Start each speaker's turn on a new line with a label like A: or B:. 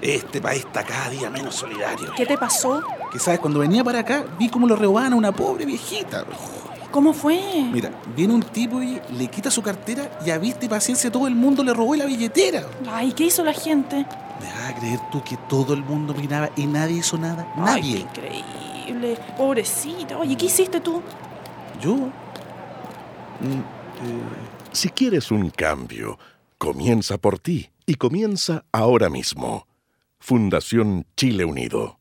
A: Este país está cada día menos solidario.
B: ¿Qué te pasó?
A: Que sabes, cuando venía para acá, vi cómo lo rebanan a una pobre viejita.
B: ¿Cómo fue?
A: Mira, viene un tipo y le quita su cartera y a vista y paciencia todo el mundo le robó la billetera.
B: Ay, ¿qué hizo la gente?
A: ¿Me vas a creer tú que todo el mundo opinaba y nadie hizo nada? Nadie.
B: Ay, qué increíble. Pobrecita. Oye, ¿qué hiciste tú?
A: Yo. Mm, eh,
C: Si quieres un cambio, comienza por ti y comienza ahora mismo. Fundación Chile Unido.